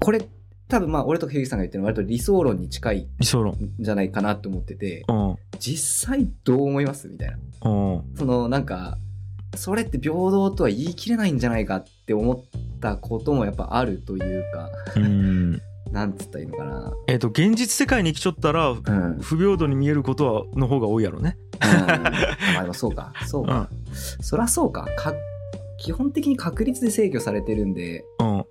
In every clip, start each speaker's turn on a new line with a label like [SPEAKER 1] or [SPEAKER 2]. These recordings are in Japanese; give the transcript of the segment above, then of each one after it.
[SPEAKER 1] これ多分まあ俺とひゅうさんが言ってるのは割と理想論に近いん
[SPEAKER 2] 理想論。
[SPEAKER 1] じゃないかなと思ってて
[SPEAKER 2] うん。
[SPEAKER 1] 実際どう思いますみたいな
[SPEAKER 2] うん。
[SPEAKER 1] そのなんかそれって平等とは言い切れないんじゃないかって思ったこともやっぱあるというか
[SPEAKER 2] うん。
[SPEAKER 1] なんつったらいいのかな
[SPEAKER 2] えっ、と、現実世界に生きちょったら、
[SPEAKER 1] うん、うん、
[SPEAKER 2] 不平等に見えることは、の方が多いやろね。
[SPEAKER 1] まあでもそうかそう
[SPEAKER 2] う
[SPEAKER 1] か、
[SPEAKER 2] ん。
[SPEAKER 1] そらそうかか基本的に確率で制御されてるんで
[SPEAKER 2] うん。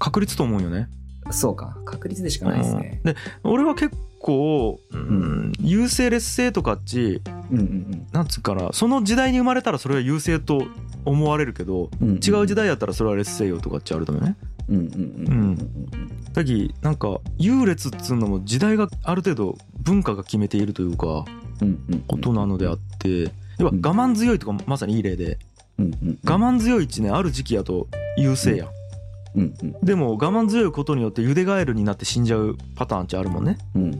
[SPEAKER 2] 確率と思うよね。
[SPEAKER 1] そうか確率でしかないですね、
[SPEAKER 2] うんで俺は結構、うん、優勢劣勢とかっち
[SPEAKER 1] うん、うん
[SPEAKER 2] なんつうかなその時代に生まれたらそれは優勢と思われるけど
[SPEAKER 1] うんん
[SPEAKER 2] 違う時代やったらそれは劣勢よとかっちあると思うよね。
[SPEAKER 1] うんうんうんうんうん
[SPEAKER 2] だきなんか優劣っつうのも時代がある程度文化が決めているというか
[SPEAKER 1] うんうん
[SPEAKER 2] ことなのであって要は我慢強いとかもまさにいい例で
[SPEAKER 1] うんうん
[SPEAKER 2] 我慢強いっちねある時期やと優勢やん。
[SPEAKER 1] うんうん
[SPEAKER 2] でも我慢強いことによってゆでガエルになって死んじゃうパターンっちあるもんね。
[SPEAKER 1] うんうんう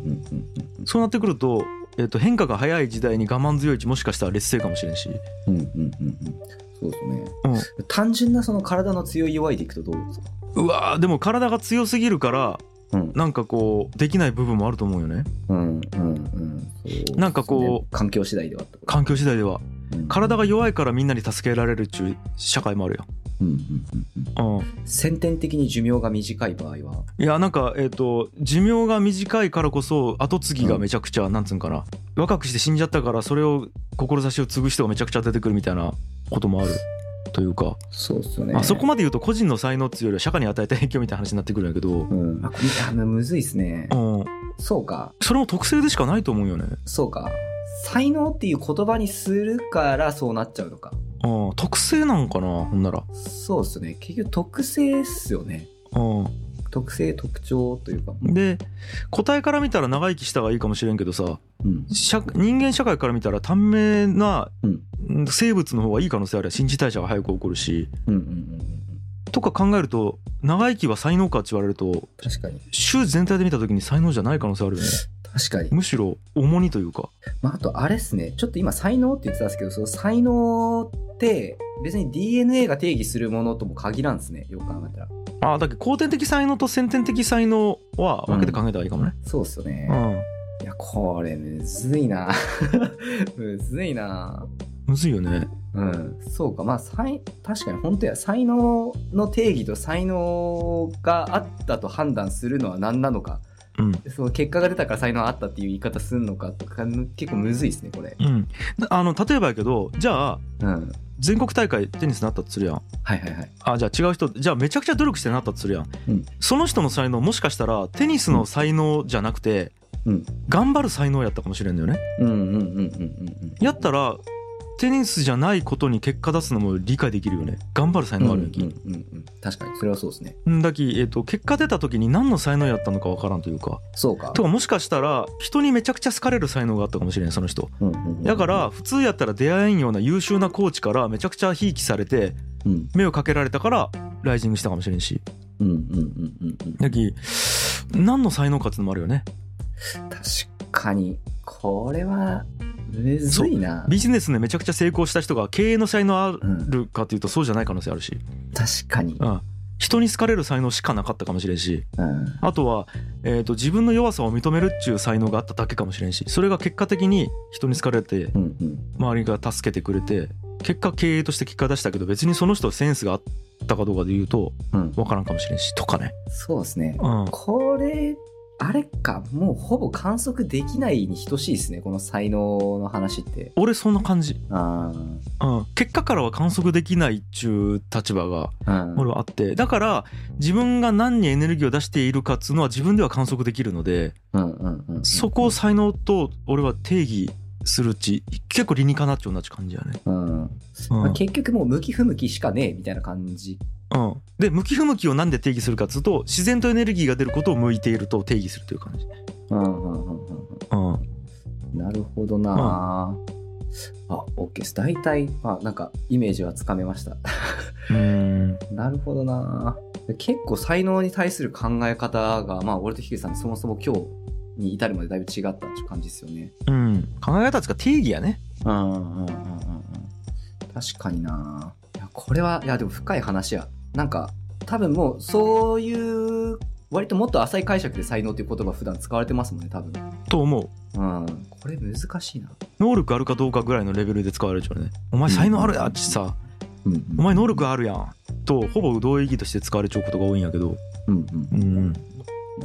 [SPEAKER 1] ん
[SPEAKER 2] そうなってくると,、えっと変化が早い時代に我慢強い位置もしかしたら劣勢かもしれんし、
[SPEAKER 1] うんうんうんうんそうですね
[SPEAKER 2] うん、
[SPEAKER 1] 単純なその体の強い弱いでいくとどうですか
[SPEAKER 2] うわーでも体が強すぎるから
[SPEAKER 1] うん
[SPEAKER 2] なんかこうできない部分もあると思うよね
[SPEAKER 1] うんうんうんそうですね
[SPEAKER 2] なんかこう
[SPEAKER 1] 環境次第ではってこと
[SPEAKER 2] 環境次第では
[SPEAKER 1] うん
[SPEAKER 2] 体が弱いからみんなに助けられるっちゅう社会もある
[SPEAKER 1] うんうんうんう
[SPEAKER 2] やん、うん
[SPEAKER 1] 先天的に寿命が短い場合は
[SPEAKER 2] ん、いやなんかえっ、と寿命が短いからこそ後継ぎがめちゃくちゃ、なんつうんかな若くして死んじゃったからそれを志を継ぐ人がめちゃくちゃ出てくるみたいなこともあるというか、
[SPEAKER 1] そうですよね
[SPEAKER 2] まあ、そこまで言うと個人の才能っつうよりは社会に与えた影響みたいな話になってくるんやけど、
[SPEAKER 1] うんあこれあむむずいっすね
[SPEAKER 2] うん、
[SPEAKER 1] そうか
[SPEAKER 2] それも特性でしかないと思うよね。
[SPEAKER 1] そうか才能っていう言葉にするからそうなっちゃうのか
[SPEAKER 2] うん、特性なんかな、ほんなら。
[SPEAKER 1] そうですね結局特性っすよね
[SPEAKER 2] う
[SPEAKER 1] 特性特徴というか
[SPEAKER 2] ん、で、個体から見たら長生きしたがいいかもしれんけどさ、
[SPEAKER 1] うん
[SPEAKER 2] 社人間社会から見たら短命な
[SPEAKER 1] うん
[SPEAKER 2] 生物の方がいい可能性あるやん新陳代謝が早く起こるし、
[SPEAKER 1] うんうんうん
[SPEAKER 2] とか考えると、長生きは才能かって言われると、
[SPEAKER 1] 確かに
[SPEAKER 2] 州全体で見た時に才能じゃない可能性あるよね。
[SPEAKER 1] 確かに、
[SPEAKER 2] むしろ重荷というか。
[SPEAKER 1] まあ、あとあれっすねちょっと今才能って言ってたんですけどその才能って別に DNA が定義するものとも限らんですねよく考えたら
[SPEAKER 2] ああ、だけど後天的才能と先天的才能は分けて考えたらいいかもね。
[SPEAKER 1] そうっすよね、
[SPEAKER 2] うん。
[SPEAKER 1] いやこれむずいな むずいな
[SPEAKER 2] むずいよね。
[SPEAKER 1] うんそうかまあ才確かに本当や才能の定義と才能があったと判断するのは何なのか
[SPEAKER 2] うん。
[SPEAKER 1] その結果が出たから才能あったっていう言い方すんのかとか結構むずいですねこれ
[SPEAKER 2] うん、あの例えばやけどじゃあ
[SPEAKER 1] うんはい
[SPEAKER 2] 全国大会テニスになったとするやん
[SPEAKER 1] はいはい
[SPEAKER 2] あじゃあ違う人じゃあめちゃくちゃ努力してなったとするやん、
[SPEAKER 1] うん
[SPEAKER 2] その人の才能もしかしたらテニスの才能じゃなくて、
[SPEAKER 1] うん
[SPEAKER 2] 頑張る才能やったかもしれんのよね
[SPEAKER 1] うんうんうんうんうん
[SPEAKER 2] やったらテニスじゃないことに結果出すのも理解できるよね頑張る才
[SPEAKER 1] うん
[SPEAKER 2] 能
[SPEAKER 1] う
[SPEAKER 2] あ
[SPEAKER 1] ん
[SPEAKER 2] るやんき、
[SPEAKER 1] うんうん確かにそれはそうですね
[SPEAKER 2] うんだき、えっと結果出た時に何の才能やったのかわからんというか
[SPEAKER 1] そうか
[SPEAKER 2] とかもしかしたら人にめちゃくちゃ好かれる才能があったかもしれんその人
[SPEAKER 1] うんうんうん
[SPEAKER 2] だから普通やったら出会えんような優秀なコーチからめちゃくちゃひいきされて
[SPEAKER 1] うん
[SPEAKER 2] 目をかけられたからライジングしたかもしれんし
[SPEAKER 1] うんうんうんうんうん
[SPEAKER 2] やき何の才能かっていうのもあるよね
[SPEAKER 1] 確かにこれはむずいな
[SPEAKER 2] ビジネスでめちゃくちゃ成功した人が経営の才能あ
[SPEAKER 1] うん
[SPEAKER 2] るかっていうとそうじゃない可能性あるし、
[SPEAKER 1] 確かに
[SPEAKER 2] うん、人に好かれる才能しかなかったかもしれんし
[SPEAKER 1] うん
[SPEAKER 2] あとは、えー、と自分の弱さを認めるっちゅう才能があっただけかもしれんしそれが結果的に人に好かれて
[SPEAKER 1] うんうん
[SPEAKER 2] 周りが助けてくれて結果経営として結果出したけど別にその人センスがあったかどうかで言うと
[SPEAKER 1] うん
[SPEAKER 2] 分からんかもしれんしとかね。
[SPEAKER 1] そうですね
[SPEAKER 2] うん
[SPEAKER 1] これあれかもうほぼ観測できないに等しいですねこの才能の話って
[SPEAKER 2] 俺そんな感じ
[SPEAKER 1] あ
[SPEAKER 2] うん、結果からは観測できないっちゅう立場が
[SPEAKER 1] あうん
[SPEAKER 2] 俺はあってだから自分が何にエネルギーを出しているかっつうのは自分では観測できるので
[SPEAKER 1] うんうんうんうん
[SPEAKER 2] そこを才能と俺は定義するうち結構理にかなっちゅう同じ感じやね。
[SPEAKER 1] うん
[SPEAKER 2] うん
[SPEAKER 1] まあ、結局もう向き不向きしかねえみたいな感じ
[SPEAKER 2] うんで向き不向きをなんで定義するかっつうと自然とエネルギーが出ることを向いていると定義するという感じ。
[SPEAKER 1] うんうんうんうんう
[SPEAKER 2] うん
[SPEAKER 1] んなるほどな、あオッケーです大体まあなんかイメージはつかめました
[SPEAKER 2] うん
[SPEAKER 1] なるほどな結構才能に対する考え方がまあ俺とヒゲさんそもそも今日に至るまでだいぶ違ったっていう感じですよね
[SPEAKER 2] うん、考え方っつうか定義やね。
[SPEAKER 1] うんうんうんうんうん確かにないやこれはいやでも深い話やなんか多分もうそういう割ともっと浅い解釈で才能っていう言葉普段使われてますもんね多分
[SPEAKER 2] と思う
[SPEAKER 1] うんこれ難しいな
[SPEAKER 2] 能力あるかどうかぐらいのレベルで使われちゃうねお前才能あるやんってさ、
[SPEAKER 1] うん
[SPEAKER 2] お前能力あるやんとほぼ同意義として使われちゃうことが多いんやけど
[SPEAKER 1] うんうん
[SPEAKER 2] うん
[SPEAKER 1] な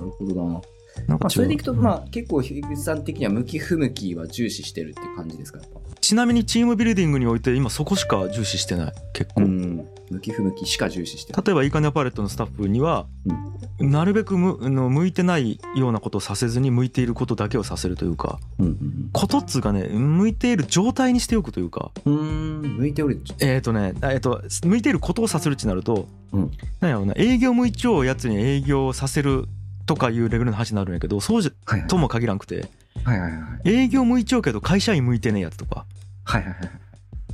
[SPEAKER 1] るほどな、ま
[SPEAKER 2] なんか違う
[SPEAKER 1] あ、それでいくと、
[SPEAKER 2] うん
[SPEAKER 1] まあ結構樋口さん的には向き不向きは重視してるっていう感じですかやっぱ
[SPEAKER 2] ちなみにチームビルディングにおいて今そこしか重視してない結構、
[SPEAKER 1] うん向き不向きしか重視してない
[SPEAKER 2] 例えばいいかねパレットのスタッフには、なるべくむの向いてないようなことをさせずに向いていることだけをさせるというか
[SPEAKER 1] うん
[SPEAKER 2] ことっつうかね向いている状態にしておくというか
[SPEAKER 1] うんうんうーん向いておる
[SPEAKER 2] えっ、とねえー、と向いていることをさせるってなると、
[SPEAKER 1] うん
[SPEAKER 2] なんやろうな営業向いちゃうやつに営業させるとかいうレベルの話になるんやけどそうじ
[SPEAKER 1] はいはい
[SPEAKER 2] とも限らんくて
[SPEAKER 1] はいはいはい
[SPEAKER 2] 営業向いちゃうけど会社員向いてねえやつとか
[SPEAKER 1] はいはいはい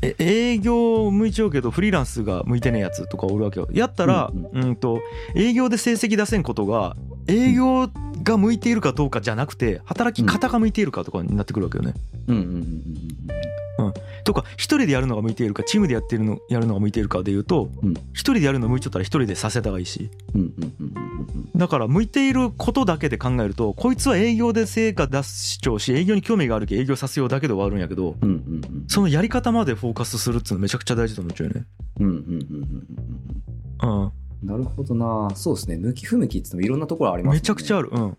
[SPEAKER 2] え営業向いちゃうけどフリーランスが向いてねえやつとかおるわけよやったら、う
[SPEAKER 1] うんん
[SPEAKER 2] と営業で成績出せんことが営業が向いているかどうかじゃなくて働き方が向いているかとかになってくるわけよね。
[SPEAKER 1] うんうんうんうん
[SPEAKER 2] とか一人でやるのが向いているかチームでやってるのやるのが向いているかで言うと
[SPEAKER 1] うん
[SPEAKER 2] 一人でやるの向いちゃったら一人でさせたがいいし
[SPEAKER 1] うんうんうんうんうんうん
[SPEAKER 2] だから向いていることだけで考えるとこいつは営業で成果出しちゃうし営業に興味があるけ営業させようだけで終わるんやけど
[SPEAKER 1] うんうんうん
[SPEAKER 2] そのやり方までフォーカスするっつうのめちゃくちゃ大事だと思っちゃうよね。
[SPEAKER 1] うんうんうんうんうん
[SPEAKER 2] うん
[SPEAKER 1] うんなるほどなそうですね向き不向きって言ってもいろんなところあります
[SPEAKER 2] めちゃくちゃあ
[SPEAKER 1] る
[SPEAKER 2] る、うん、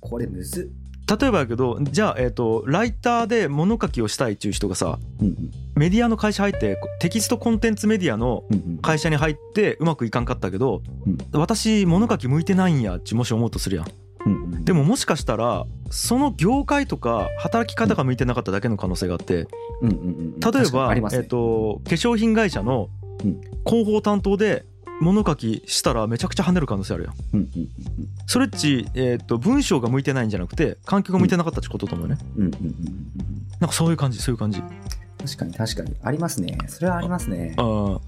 [SPEAKER 1] これむず
[SPEAKER 2] 例えばやけどじゃあ、えー、とライターで物書きをしたいっていう人がさ
[SPEAKER 1] っうん
[SPEAKER 2] メディアの会社入ってこテキストコンテンツメディアの
[SPEAKER 1] うんうん
[SPEAKER 2] 会社に入ってうまくいかんかったけど、
[SPEAKER 1] うん
[SPEAKER 2] 私物書き向いてないんやってもし思うとするやん
[SPEAKER 1] うんうん
[SPEAKER 2] でももしかしたらその業界とか働き方が向いてなかっただけの可能性があって
[SPEAKER 1] うんうんうんうん
[SPEAKER 2] 例え
[SPEAKER 1] 確かに
[SPEAKER 2] ば、
[SPEAKER 1] あ
[SPEAKER 2] え
[SPEAKER 1] りますね
[SPEAKER 2] ー、と化粧品会社の
[SPEAKER 1] うん
[SPEAKER 2] 広報担当で物書きしたらめちゃくちゃ跳ねる可能性あるやん
[SPEAKER 1] うんうん
[SPEAKER 2] それっち、えー、と文章が向いてないんじゃなくて環境が向いてなかったってことと思うね、
[SPEAKER 1] うんうんうんうんうんうん
[SPEAKER 2] なんかそういう感じそういう感じ
[SPEAKER 1] 確かに確かにありますねそれはありますね
[SPEAKER 2] あ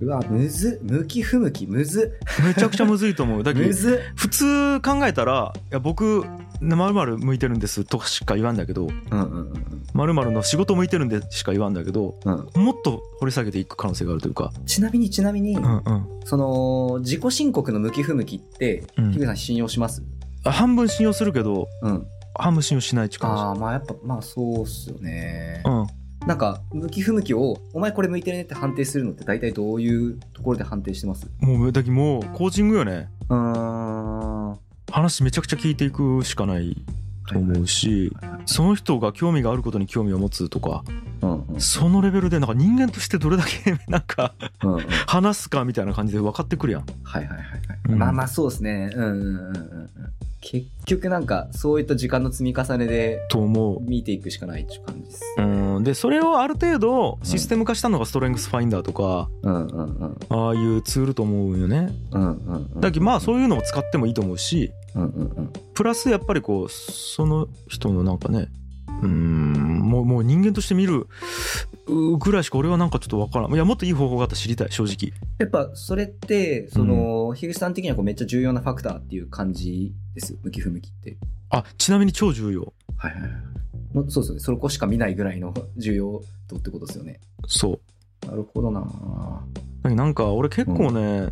[SPEAKER 1] うわむず向き不向きむず
[SPEAKER 2] あめちゃくちゃむずいと思うだけ
[SPEAKER 1] む
[SPEAKER 2] ど
[SPEAKER 1] ず
[SPEAKER 2] 普通考えたら「いや僕まる向いてるんです」とかしか言わんだけど
[SPEAKER 1] うんうんうん
[SPEAKER 2] まるの仕事向いてるんでしか言わんだけど
[SPEAKER 1] うんうん
[SPEAKER 2] もっと掘り下げていく可能性があるというか
[SPEAKER 1] ちなみにちなみに
[SPEAKER 2] うんうん
[SPEAKER 1] その自己申告の向き不向きって
[SPEAKER 2] う
[SPEAKER 1] 樋口
[SPEAKER 2] ん
[SPEAKER 1] さん信用します
[SPEAKER 2] 半分信用するけど
[SPEAKER 1] うん
[SPEAKER 2] 半分信用しないって
[SPEAKER 1] あ
[SPEAKER 2] 感
[SPEAKER 1] あまあやっぱまあそうっすよね
[SPEAKER 2] じうん
[SPEAKER 1] なんか向き不向きをお前これ向いてるねって判定するのって大体どういうところで判定してます
[SPEAKER 2] もうだけどもうコーチングよね
[SPEAKER 1] うーんは
[SPEAKER 2] 話めちゃくちゃ聞いていくしかないと思うし
[SPEAKER 1] いはい
[SPEAKER 2] その人が興味があることに興味を持つとか
[SPEAKER 1] うんうん
[SPEAKER 2] そのレベルでなんか人間としてどれだけ なんか
[SPEAKER 1] うんうんはい
[SPEAKER 2] 話すかみたいな感じで分かってくるやん。
[SPEAKER 1] はいはいはい
[SPEAKER 2] うん
[SPEAKER 1] まあまあそうですねうんうんうんうんうん結局なんかそういった時間の積み重ねで
[SPEAKER 2] と思う。
[SPEAKER 1] 見ていくしかないっていう感じです
[SPEAKER 2] うん、でそれをある程度システム化したのがストレングスファインダーとか、
[SPEAKER 1] うんうんうん
[SPEAKER 2] ああいうツールと思うよね。
[SPEAKER 1] うんうんうん
[SPEAKER 2] だけどまあそういうのを使ってもいいと思うし
[SPEAKER 1] うんうんうん
[SPEAKER 2] プラスやっぱりこうその人のなんかねうんもうもう人間として見るうぐらいしか俺はなんかちょっと分からんいやもっといい方法があったら知りたい正直。
[SPEAKER 1] やっぱそれってその樋口さん的にはこうめっちゃ重要なファクターっていう感じです向き不向きって
[SPEAKER 2] あちなみに超重要
[SPEAKER 1] はいはいはいもうそうですよねそこしか見ないぐらいの重要度ってことですよね
[SPEAKER 2] そう
[SPEAKER 1] なるほどな
[SPEAKER 2] だけどなんか俺結構ね、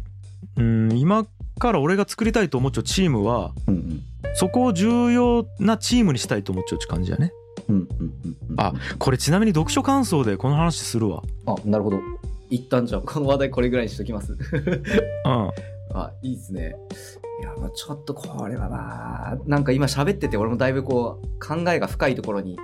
[SPEAKER 2] うん、今から俺が作りたいと思っちゃうチームは
[SPEAKER 1] うんうん
[SPEAKER 2] そこを重要なチームにしたいと思っちゃうって感じだね
[SPEAKER 1] うんうんうんうん
[SPEAKER 2] あこれちなみに読書感想でこの話するわ
[SPEAKER 1] あなるほど一旦じゃあこの話題これぐらいにしときます
[SPEAKER 2] うん
[SPEAKER 1] あいいですねいやまあちょっとこれはななんか今喋ってて俺もだいぶこう考えが深いところに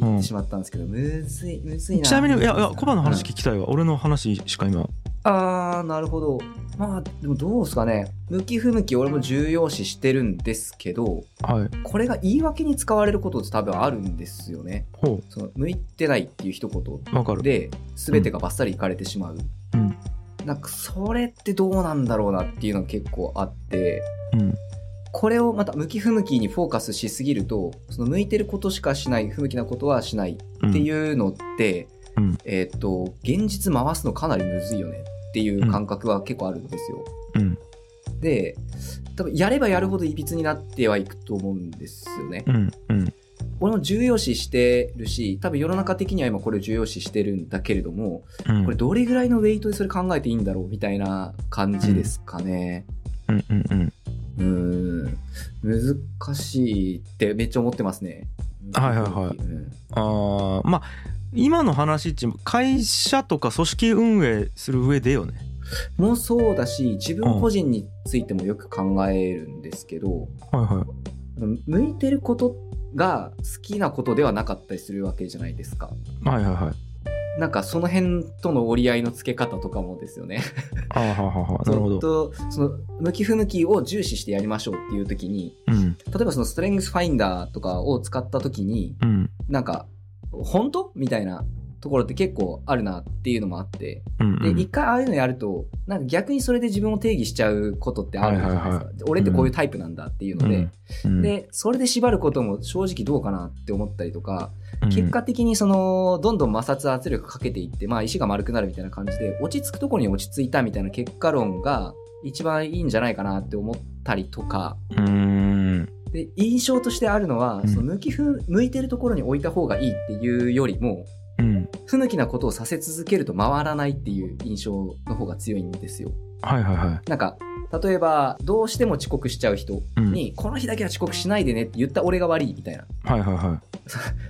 [SPEAKER 1] 行ってしまったんですけど、むずいむずいな
[SPEAKER 2] ちなみにいやいやコバの話
[SPEAKER 1] うん
[SPEAKER 2] 聞きたいわ、俺の話しか今
[SPEAKER 1] あーなるほどまあでもどうですかね向き不向き俺も重要視してるんですけど
[SPEAKER 2] はい
[SPEAKER 1] これが言い訳に使われることって多分あるんですよね
[SPEAKER 2] ほ
[SPEAKER 1] その向いてないっていう一言
[SPEAKER 2] うわかる
[SPEAKER 1] で全てがバッサリいかれてしまう、
[SPEAKER 2] うん
[SPEAKER 1] なんかそれってどうなんだろうなっていうのが結構あって
[SPEAKER 2] うん
[SPEAKER 1] これをまた向き不向きにフォーカスしすぎるとその向いてることしかしない不向きなことはしないって
[SPEAKER 2] う
[SPEAKER 1] いうのって、
[SPEAKER 2] うん
[SPEAKER 1] えっ、と現実回すのかなりむずいよねっていう感覚は結構あるんですよ。
[SPEAKER 2] ん、うん
[SPEAKER 1] で多分やればやるほどいびつになってはいくと思うんですよね。
[SPEAKER 2] うんうん
[SPEAKER 1] 俺も重要視してるし多分世の中的には今これを重要視してるんだけれども
[SPEAKER 2] うん
[SPEAKER 1] これどれぐらいのウェイトでそれ考えていいんだろうみたいな感じですかね。
[SPEAKER 2] うんうんうん
[SPEAKER 1] うーん難しいってめっちゃ思ってますね。
[SPEAKER 2] はいはいはい
[SPEAKER 1] うん
[SPEAKER 2] ああまあ今の話って会社とか組織運営する上でよね
[SPEAKER 1] もうそうだし自分個人についてもよく考えるんですけど、
[SPEAKER 2] はいはい
[SPEAKER 1] 向いてることが好きなことではなかったりするわけじゃないですか。
[SPEAKER 2] はいはいはい
[SPEAKER 1] なんかその辺との折り合いのつけ方とかもですよね。
[SPEAKER 2] ああはあはあは あなるほど
[SPEAKER 1] とその向き不向きを重視してやりましょうっていう時に
[SPEAKER 2] うん
[SPEAKER 1] 例えばそのストレングスファインダーとかを使った時に
[SPEAKER 2] うん
[SPEAKER 1] なんか本当みたいなところって結構あるなっていうのもあって
[SPEAKER 2] うん
[SPEAKER 1] で、一回ああいうのやると、なんか逆にそれで自分を定義しちゃうことってあるじゃないですか。
[SPEAKER 2] はいはいは
[SPEAKER 1] 俺ってこういうタイプなんだっていうので、
[SPEAKER 2] うん
[SPEAKER 1] で、それで縛ることも正直どうかなって思ったりとか、
[SPEAKER 2] うん
[SPEAKER 1] 結果的にその、どんどん摩擦圧力かけていって、まあ石が丸くなるみたいな感じで、落ち着くところに落ち着いたみたいな結果論が一番いいんじゃないかなって思ったりとか、
[SPEAKER 2] うーん
[SPEAKER 1] で、印象としてあるのは、
[SPEAKER 2] うん
[SPEAKER 1] その向き不、向いてるところに置いた方がいいっていうよりも、
[SPEAKER 2] うん
[SPEAKER 1] 不向きなことをさせ続けると回らないっていう印象の方が強いんですよ。
[SPEAKER 2] はいはいはい
[SPEAKER 1] なんか、例えば、どうしても遅刻しちゃう人
[SPEAKER 2] うん
[SPEAKER 1] に、この日だけは遅刻しないでねって言った俺が悪いみたいな。
[SPEAKER 2] はいはいは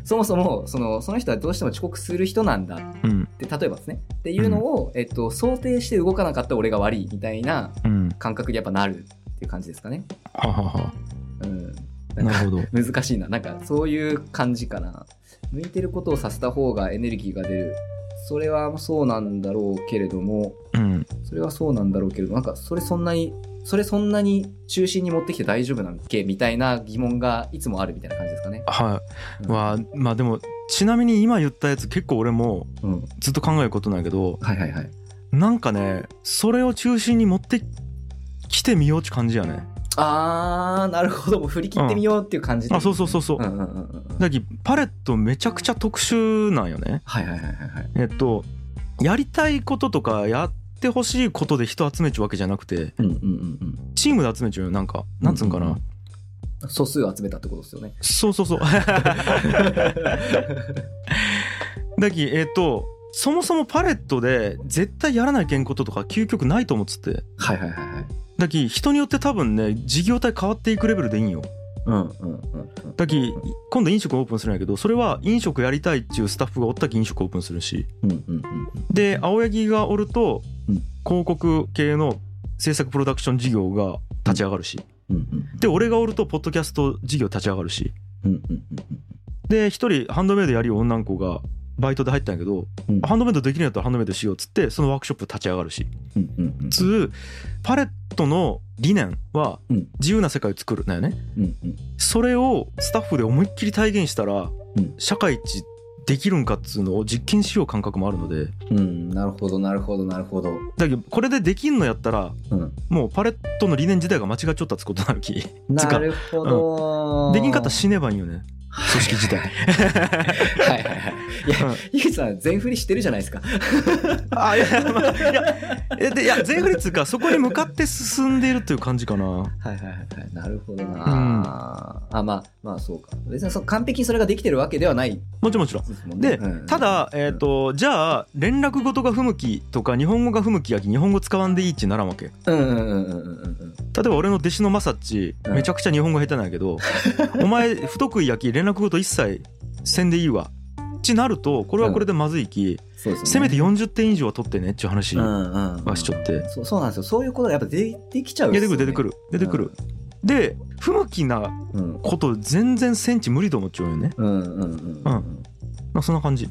[SPEAKER 1] そもそも、その、その人はどうしても遅刻する人なんだっ
[SPEAKER 2] いうん
[SPEAKER 1] て、例えばですね。っていうのを、えっと、想定して動かなかった俺が悪いみたいな
[SPEAKER 2] うん
[SPEAKER 1] 感覚でやっぱなるっていう感じですかね。
[SPEAKER 2] ははは
[SPEAKER 1] うん。
[SPEAKER 2] なるほど
[SPEAKER 1] 難しいな。なんか、そういう感じかな。向いてることをさせた方がエネルギーが出る。それはそうなんだろうけれども、
[SPEAKER 2] うん
[SPEAKER 1] それはそうなんだろうけれどなんかそれそんなにそれそんなに中心に持ってきて大丈夫なんけみたいな疑問がいつもあるみたいな感じですかね。
[SPEAKER 2] はい、
[SPEAKER 1] うん
[SPEAKER 2] わーまあでもちなみに今言ったやつ結構俺も
[SPEAKER 1] うん、
[SPEAKER 2] ずっと考えることなんやけど
[SPEAKER 1] はいはいはい。
[SPEAKER 2] なんかねそれを中心に持ってきてみようって感じやね
[SPEAKER 1] あーなるほどもう振り切ってみようっていう感じで、
[SPEAKER 2] あそうそうそうそう
[SPEAKER 1] うんうんうんうん
[SPEAKER 2] だきパレットめちゃくちゃ特殊なんよね
[SPEAKER 1] はいはいはいはいはい。
[SPEAKER 2] えっとやりたいこととかやってほしいことで人集めちゃうわけじゃなくて
[SPEAKER 1] うんうんうんうん。
[SPEAKER 2] チームで集めちゃうよなんかなんつうんかな、
[SPEAKER 1] うんうん素数を集めたってことですよ ね。
[SPEAKER 2] そうそう そうだきえっとそもそもパレットで絶対やらないけんこととか究極ないと思っつって
[SPEAKER 1] はいはいはいはい。
[SPEAKER 2] だき人によって多分ね事業体変わっていくレベルでいいんよ
[SPEAKER 1] うんうんうんうん。
[SPEAKER 2] だき今度飲食オープンするんやけどそれは飲食やりたいっていうスタッフがおったき飲食オープンするし
[SPEAKER 1] うんうんうん
[SPEAKER 2] で青柳がおると
[SPEAKER 1] うん
[SPEAKER 2] 広告系の制作プロダクション事業が立ち上がるし
[SPEAKER 1] うんうん
[SPEAKER 2] で俺がおるとポッドキャスト事業立ち上がるし
[SPEAKER 1] うんうんうん
[SPEAKER 2] で一人ハンドメイドやりよう女の子がバイトで入ったんやけど、
[SPEAKER 1] うん
[SPEAKER 2] ハンドメイドできるんやったらハンドメイドしようっつってそのワークショップ立ち上がるし
[SPEAKER 1] うんうんうんうん
[SPEAKER 2] つうパレットの理念は
[SPEAKER 1] うん
[SPEAKER 2] 自由な世界を作るなんよね
[SPEAKER 1] うんうん
[SPEAKER 2] それをスタッフで思いっきり体現したら、
[SPEAKER 1] うん
[SPEAKER 2] 社会一できるんかっつうのを実験しよう感覚もあるので
[SPEAKER 1] うんなるほどなるほどなるほど。
[SPEAKER 2] だけどこれでできんのやったら
[SPEAKER 1] うん
[SPEAKER 2] もうパレットの理念自体が間違っちゃったってことなるきでつう
[SPEAKER 1] な
[SPEAKER 2] か
[SPEAKER 1] るほど、
[SPEAKER 2] きんかったら死ねばいいよね組織自体、
[SPEAKER 1] はいはいはい。いや、
[SPEAKER 2] うん
[SPEAKER 1] ゆうさん、全振りしてるじゃないですか。
[SPEAKER 2] あいや,、まあ、いやえでいや全振りっつうかそこに向かって進んでいるという感じかな
[SPEAKER 1] はいはいはいはい。なるほどな、あ、まあ、まあそうか。別にその完璧にそれができてるわけではない
[SPEAKER 2] もちろんもちろん
[SPEAKER 1] ですもんね。
[SPEAKER 2] で
[SPEAKER 1] うん
[SPEAKER 2] ただ、えー、、とじゃあ連絡事が不向きとか日本語が不向きやき日本語使わんでいいっちならんわけ例
[SPEAKER 1] うんうんうんうんうんうん。
[SPEAKER 2] えば俺の弟子のマサッチ
[SPEAKER 1] うん
[SPEAKER 2] めちゃくちゃ日本語下手なんやけど お前不得意やき連絡事一切せんでいいわっちなるとこれはこれでまずいき、
[SPEAKER 1] そうですよね。
[SPEAKER 2] せめて40点以上は取ってねっちゅう話
[SPEAKER 1] うん
[SPEAKER 2] は
[SPEAKER 1] うんうん
[SPEAKER 2] しちょって、
[SPEAKER 1] そうそうなんですよ。そういうことがやっぱ出てきちゃう、
[SPEAKER 2] 出てくる出てくる。出てくる、で不向きな
[SPEAKER 1] うん。
[SPEAKER 2] こと全然センチ無理と思っちゃうよね、
[SPEAKER 1] うんうんうんうん。うん、
[SPEAKER 2] まあ、そんな感じ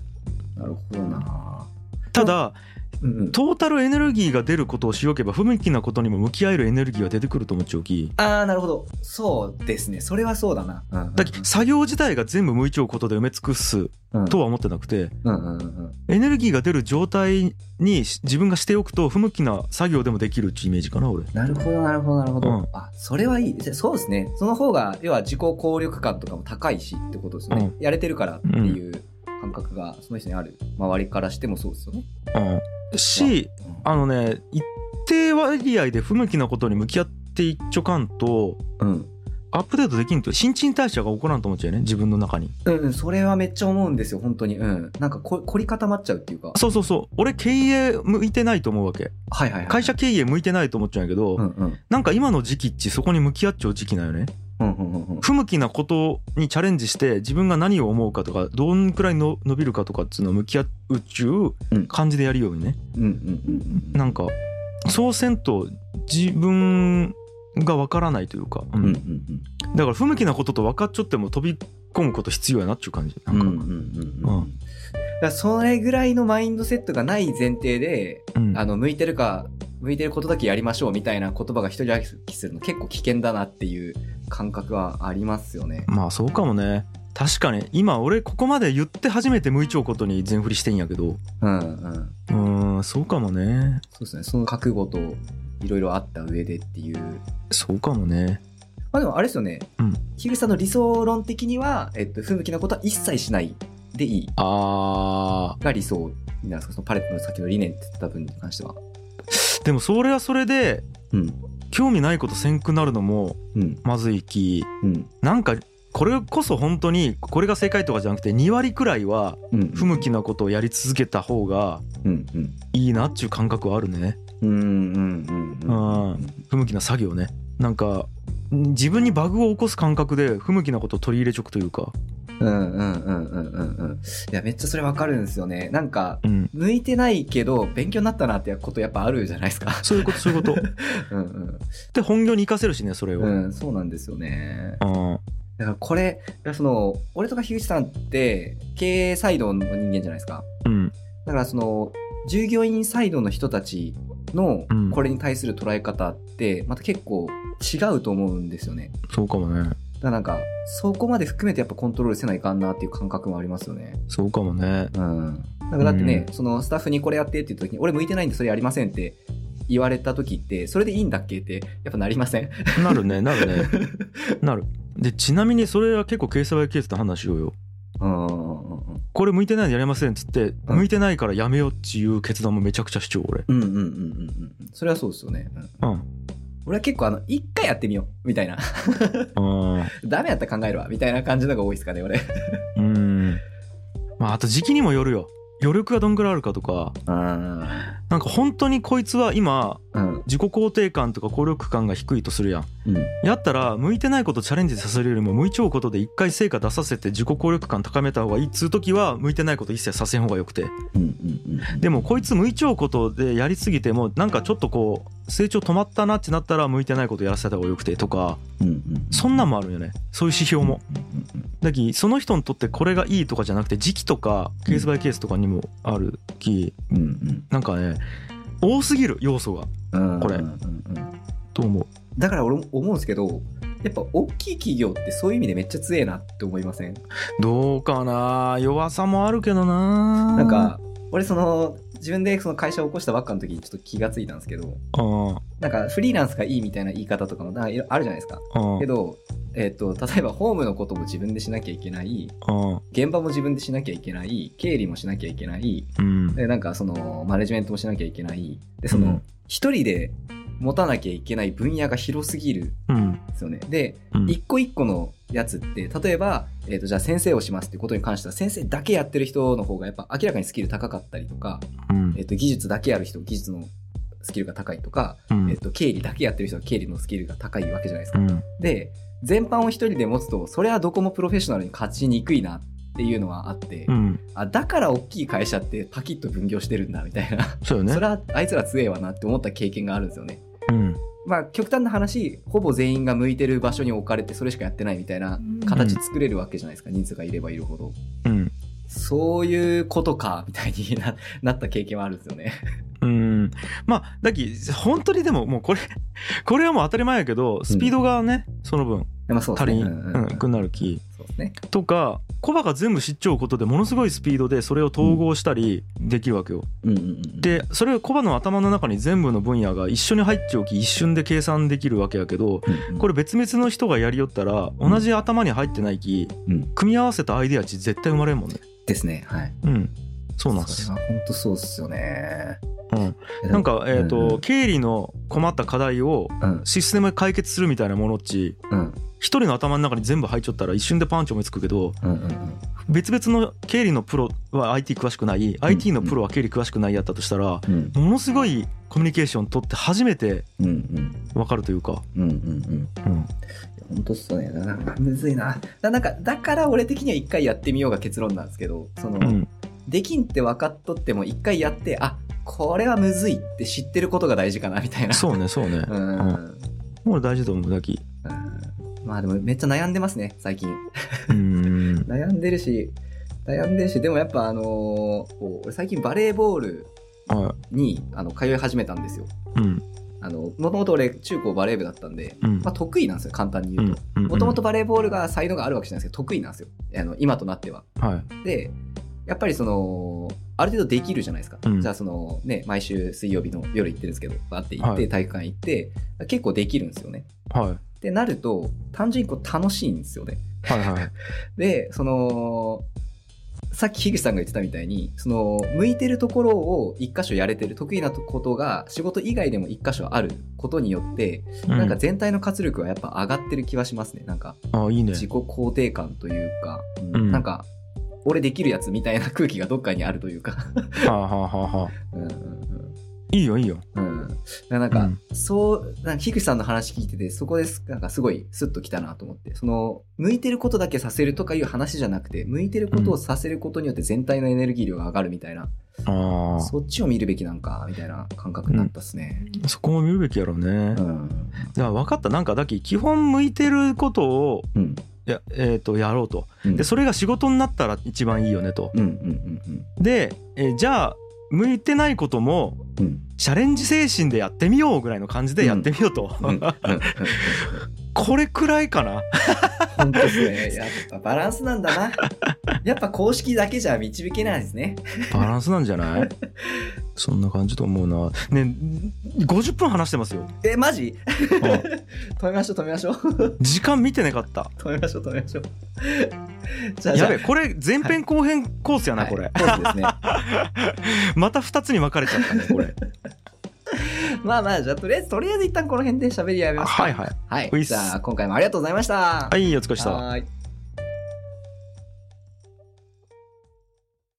[SPEAKER 1] なるほどな。
[SPEAKER 2] ただ
[SPEAKER 1] うんうん。
[SPEAKER 2] トータルエネルギーが出ることをしよけば不向きなことにも向き合えるエネルギーが出てくると思っちゃうき
[SPEAKER 1] ああ、なるほど。そうですね。それはそうだな。うんうんうん
[SPEAKER 2] だき作業自体が全部向いちゃうことで埋め尽くす
[SPEAKER 1] うん
[SPEAKER 2] とは思ってなくて
[SPEAKER 1] うんうんうんうん。
[SPEAKER 2] エネルギーが出る状態にし自分がしておくと不向きな作業でもできるっていうイメージかな俺
[SPEAKER 1] なるほど、なるほど、なるほど。
[SPEAKER 2] うん
[SPEAKER 1] あ、それはいい。でそうですね。その方が、要は自己効力感とかも高いしってことですよね。やれてるからっていう感覚が、その人にある周りからしてもそうですよね。
[SPEAKER 2] うんしあのね一定割合で不向きなことに向き合っていっちょかんと
[SPEAKER 1] うん。
[SPEAKER 2] アップデートできんと新陳代謝が起こらんと思っちゃうよね自分の中に
[SPEAKER 1] うんうん、それはめっちゃ思うんですよ、本当に。うん。なんかこ、凝り固まっちゃうっていうか。
[SPEAKER 2] そうそうそう俺経営向いてないと思うわけ
[SPEAKER 1] はいはいはい。
[SPEAKER 2] 会社経営向いてないと思っちゃうんやけど、
[SPEAKER 1] うんうん。
[SPEAKER 2] なんか今の時期っちそこに向き合っちゃう時期なんよね
[SPEAKER 1] うんうんうんうん。
[SPEAKER 2] 不向きなことにチャレンジして自分が何を思うかとかどんくらいの伸びるかとかっていうのを向き合うっちゅ
[SPEAKER 1] うん
[SPEAKER 2] う感じでやるようにね、
[SPEAKER 1] うんうんうん。
[SPEAKER 2] なんかそうせんと自分がわからないというか、う
[SPEAKER 1] うんんうん
[SPEAKER 2] だから不向きなことと分かっちゃっても飛び込むこと必要やなっちゅう感じな
[SPEAKER 1] うん。
[SPEAKER 2] ん
[SPEAKER 1] う
[SPEAKER 2] か、
[SPEAKER 1] んうんうんう。
[SPEAKER 2] うん
[SPEAKER 1] だからそれぐらいのマインドセットがない前提で、
[SPEAKER 2] うん
[SPEAKER 1] あの、向いてるか、向いてることだけやりましょうみたいな言葉が一人歩きするの結構危険だなっていう感覚はありますよね。
[SPEAKER 2] まあそうかもね確かに今俺ここまで言って初めて向いちゃうことに全振りしてんやけど
[SPEAKER 1] うんうん。
[SPEAKER 2] うーんそうかもね
[SPEAKER 1] そうですね。その覚悟といろいろあった上でっていう。
[SPEAKER 2] そうかもね
[SPEAKER 1] まあでもあれですよね。
[SPEAKER 2] うん
[SPEAKER 1] ひぐさんの理想論的には、えっと、不向きなことは一切しないでいい
[SPEAKER 2] あ
[SPEAKER 1] が理想になるんですかそのパレットの先の理念って言った分に関しては。
[SPEAKER 2] ーでもそれはそれで
[SPEAKER 1] うん。
[SPEAKER 2] 興味ないことせんくなるのも
[SPEAKER 1] うん。
[SPEAKER 2] まずいき
[SPEAKER 1] うん。
[SPEAKER 2] なんかこれこそ本当にこれが正解とかじゃなくて2割くらいは
[SPEAKER 1] うん。
[SPEAKER 2] 不向きなことをやり続けた方が
[SPEAKER 1] うん。うん。
[SPEAKER 2] いいなっちゅう感覚はあるね
[SPEAKER 1] うん。うん。うん。
[SPEAKER 2] うん不向きな作業ねなんかん自分にバグを起こす感覚で不向きなことを取り入れちょくというか
[SPEAKER 1] うん。うん。うん。うん。うん。うん。いや、めっちゃそれわかるんですよね。なんか、
[SPEAKER 2] うん
[SPEAKER 1] 向いてないけど、勉強になったなってことやっぱあるじゃないですか。
[SPEAKER 2] そういうことそういうこと
[SPEAKER 1] うん。
[SPEAKER 2] で本業に活かせるしねそれを、
[SPEAKER 1] う
[SPEAKER 2] うん
[SPEAKER 1] ん。うん。そうなんですよね。
[SPEAKER 2] うん
[SPEAKER 1] だからこれ、だからその、俺とか樋口さんって経営サイドの人間じゃないですか。だからその、従業員サイドの人たちの
[SPEAKER 2] うん
[SPEAKER 1] これに対する捉え方って、また結構違うと思うんですよね。
[SPEAKER 2] そうかもね
[SPEAKER 1] だからなんか、そこまで含めてやっぱコントロールせないかんなっていう感覚もありますよね。
[SPEAKER 2] そうかもね
[SPEAKER 1] うん。だからだってね、
[SPEAKER 2] う
[SPEAKER 1] そのスタッフにこれやってって言った時に、俺向いてないんでそれやりませんって言われた時って、それでいいんだっけって、やっぱなりません。
[SPEAKER 2] なるねなるねなるでちなみにそれは結構ケースバイケースで判断しようよ
[SPEAKER 1] うんうんうんうん。
[SPEAKER 2] これ向いてないんでやりませんっつって、
[SPEAKER 1] うん
[SPEAKER 2] 向いてないからやめようっていう決断もめちゃくちゃ主張俺
[SPEAKER 1] うんうんうんうんうん。それはそうですよね。うん
[SPEAKER 2] うん
[SPEAKER 1] 俺は結構あの、一回やってみよう、みたいな。
[SPEAKER 2] あ
[SPEAKER 1] ダメやったら考えるわ、みたいな感じのが多いですかね、俺。
[SPEAKER 2] ーうんまああと時期にもよるよ余力がどんぐらいあるかとか
[SPEAKER 1] あ
[SPEAKER 2] なんか本当にこいつは今
[SPEAKER 1] あ。うん。
[SPEAKER 2] 自己肯定感とか効力感が低いとするやん
[SPEAKER 1] うん。
[SPEAKER 2] やったら向いてないことチャレンジさせるよりも向いちゃうことで一回成果出させて自己効力感高めた方がいいっつう時は向いてないこと一切させん方がよくて
[SPEAKER 1] うんうんうん。
[SPEAKER 2] でもこいつ向いちゃうことでやりすぎてもなんかちょっとこう成長止まったなってなったら向いてないことやらせた方がよくてとか
[SPEAKER 1] うんうん。
[SPEAKER 2] そんなんもあるんよねそういう指標も
[SPEAKER 1] うんうん
[SPEAKER 2] だきその人にとってこれがいいとかじゃなくて時期とかケースバイケースとかにもあるき
[SPEAKER 1] うん
[SPEAKER 2] なんかね多すぎる要素が
[SPEAKER 1] うんうん。
[SPEAKER 2] これ
[SPEAKER 1] うんうんうん
[SPEAKER 2] と思う
[SPEAKER 1] だから俺も思うんですけど、やっぱ大きい企業ってそういう意味でめっちゃ強えなって思いません
[SPEAKER 2] どうかな弱さもあるけどな
[SPEAKER 1] なんか、俺その、自分でその会社を起こしたばっかの時にちょっと気がついたんですけど、
[SPEAKER 2] うん
[SPEAKER 1] なんかフリーランスがいいみたいな言い方とかもなんかいろいろあるじゃないですか。
[SPEAKER 2] うん
[SPEAKER 1] けど、えっ、と、例えばホームのことも自分でしなきゃいけない、
[SPEAKER 2] うん
[SPEAKER 1] 現場も自分でしなきゃいけない経理もしなきゃいけない
[SPEAKER 2] うん
[SPEAKER 1] でなんかそのマネジメントもしなきゃいけないでその、
[SPEAKER 2] うん
[SPEAKER 1] 一人で持たなきゃいけない分野が広すぎるん
[SPEAKER 2] うん
[SPEAKER 1] ですよねで
[SPEAKER 2] うん
[SPEAKER 1] 一個一個のやつって例えば、えー、とじゃあ先生をしますってことに関しては先生だけやってる人の方がやっぱ明らかにスキル高かったりとか、
[SPEAKER 2] うん
[SPEAKER 1] えー、と技術だけやる人技術のスキルが高いとか、
[SPEAKER 2] うん
[SPEAKER 1] えー、と経理だけやってる人は経理のスキルが高いわけじゃないですか
[SPEAKER 2] う。ん
[SPEAKER 1] で全般を一人で持つとそれはどこもプロフェッショナルに勝ちにくいなっていうのはあって、
[SPEAKER 2] うん
[SPEAKER 1] あだから大きい会社ってパキッと分業してるんだみたいな、
[SPEAKER 2] そうよね
[SPEAKER 1] それはあいつら強えわなって思った経験があるんですよね。
[SPEAKER 2] うん
[SPEAKER 1] まあ極端な話ほぼ全員が向いてる場所に置かれてそれしかやってないみたいな形作れるわけじゃないですか、人数がいればいるほど。
[SPEAKER 2] うん
[SPEAKER 1] そういうことかみたいにななった経験はあるんですよね。
[SPEAKER 2] うんまあだき本当にでももうこれこれはもう当たり前やけどスピードがね、その分
[SPEAKER 1] まあそうです
[SPEAKER 2] 足
[SPEAKER 1] ね。
[SPEAKER 2] りん、
[SPEAKER 1] う
[SPEAKER 2] うん
[SPEAKER 1] うん
[SPEAKER 2] ん
[SPEAKER 1] うん
[SPEAKER 2] くなる気
[SPEAKER 1] そうですね。
[SPEAKER 2] とかコバが全部知っちゃうことでものすごいスピードでそれを統合したりできるわけよ。
[SPEAKER 1] うんうんうん、
[SPEAKER 2] でそれをコバの頭の中に全部の分野が一緒に入っちゃうき一瞬で計算できるわけやけど
[SPEAKER 1] うんうん、
[SPEAKER 2] これ別々の人がやりよったら同じ頭に入ってないき、
[SPEAKER 1] うん
[SPEAKER 2] 組み合わせたアイデア値絶対生まれんもんね。
[SPEAKER 1] ですね。はい。
[SPEAKER 2] うんそうなんです
[SPEAKER 1] それは本当そうですよね。
[SPEAKER 2] うん、なんか、えーと
[SPEAKER 1] うんうん
[SPEAKER 2] 経理の困った課題を
[SPEAKER 1] うん
[SPEAKER 2] システムで解決するみたいなものっち
[SPEAKER 1] うん
[SPEAKER 2] 一人の頭の中に全部入っちゃったら一瞬でパンチ思いつくけど
[SPEAKER 1] うんうんうん
[SPEAKER 2] 別々の経理のプロは IT 詳しくない、IT のプロは経理詳しくないやったとしたら
[SPEAKER 1] うん
[SPEAKER 2] ものすごいコミュニケーション取って初めて
[SPEAKER 1] うんうん
[SPEAKER 2] 分かるというか、
[SPEAKER 1] うんうんうん本当っすねなんかむずいなだなんかだから俺的には一回やってみようが結論なんですけどその、
[SPEAKER 2] うん
[SPEAKER 1] できんって分かっとっても一回やってあこれはむずいって知ってることが大事かなみたいな
[SPEAKER 2] そうねそうね
[SPEAKER 1] う、ん、
[SPEAKER 2] うんもう大事だと思うだき
[SPEAKER 1] うんまあでもめっちゃ悩んでますね最近
[SPEAKER 2] うん
[SPEAKER 1] 悩んでるし悩んでるしでもやっぱあのーこう俺最近バレーボール
[SPEAKER 2] は
[SPEAKER 1] にあの通い始めたんですよ
[SPEAKER 2] いうん
[SPEAKER 1] あのもともと俺中高バレー部だったんで、
[SPEAKER 2] うん
[SPEAKER 1] まあ、得意なんですよ簡単に言うと
[SPEAKER 2] うん
[SPEAKER 1] もともとバレーボールが才能があるわけじゃないですけど得意なんですよあの今となっては
[SPEAKER 2] はい
[SPEAKER 1] でやっぱりそのある程度できるじゃないですか、
[SPEAKER 2] うん
[SPEAKER 1] じゃあそのね毎週水曜日の夜行ってるんですけどバーって行って、
[SPEAKER 2] はい
[SPEAKER 1] 体育館行って結構できるんですよね
[SPEAKER 2] はい
[SPEAKER 1] ってなると単純にこう楽しいんですよね
[SPEAKER 2] はい はい
[SPEAKER 1] でそのさっき樋口さんが言ってたみたいにその向いてるところを一箇所やれてる得意なことが仕事以外でも一箇所あることによって、なんか全体の活力はやっぱ上がってる気はしますねなんか
[SPEAKER 2] うんあいいね
[SPEAKER 1] 自己肯定感というか、うん
[SPEAKER 2] うん
[SPEAKER 1] なんか俺できるやつみたいな空気がどっかにあるというか
[SPEAKER 2] はあ、はあはあはあ、
[SPEAKER 1] うんうん
[SPEAKER 2] いいよいいよ
[SPEAKER 1] うんうんだからなんか、そうなんか樋口さんの話聞いててそこですなんかすごいスッときたなと思ってその向いてることだけさせるとかいう話じゃなくて向いてることをさせることによって全体のエネルギー量が上がるみたいな、
[SPEAKER 2] あ
[SPEAKER 1] そっちを見るべきなんかみたいな感覚になったっすね。
[SPEAKER 2] あそこも見るべきやろうね、
[SPEAKER 1] うん
[SPEAKER 2] いや分かったなんかだき基本向いてることを
[SPEAKER 1] うん
[SPEAKER 2] や,、えー、とやろうと
[SPEAKER 1] うん
[SPEAKER 2] でそれが仕事になったら一番いいよねと
[SPEAKER 1] うんうんうん
[SPEAKER 2] で、えーじゃあ向いてないことも
[SPEAKER 1] うんうん
[SPEAKER 2] チャレンジ精神でやってみようぐらいの感じでやってみようと、
[SPEAKER 1] うんうんうんうん
[SPEAKER 2] これくらいかな
[SPEAKER 1] 本当ですね。やっぱバランスなんだな。やっぱ公式だけじゃ導けないですね。
[SPEAKER 2] バランスなんじゃないそんな感じと思うなね50分話してますよ
[SPEAKER 1] え、マジ
[SPEAKER 2] うん
[SPEAKER 1] 止めましょう、止めましょう。
[SPEAKER 2] 時間見てなかった
[SPEAKER 1] 止めましょう、止めましょう。じ
[SPEAKER 2] やべ
[SPEAKER 1] え
[SPEAKER 2] えこれ前編後編コースやな、これ
[SPEAKER 1] そうですね。
[SPEAKER 2] また2つに分かれちゃったねこれ
[SPEAKER 1] まあまあ、じゃあとりあえず、とりあえず一旦この辺で喋りやめますか。
[SPEAKER 2] はいはい
[SPEAKER 1] はい。
[SPEAKER 2] ういっす
[SPEAKER 1] じゃあ、今回もありがとうございました。
[SPEAKER 2] はいお疲れ様でした
[SPEAKER 1] はーい。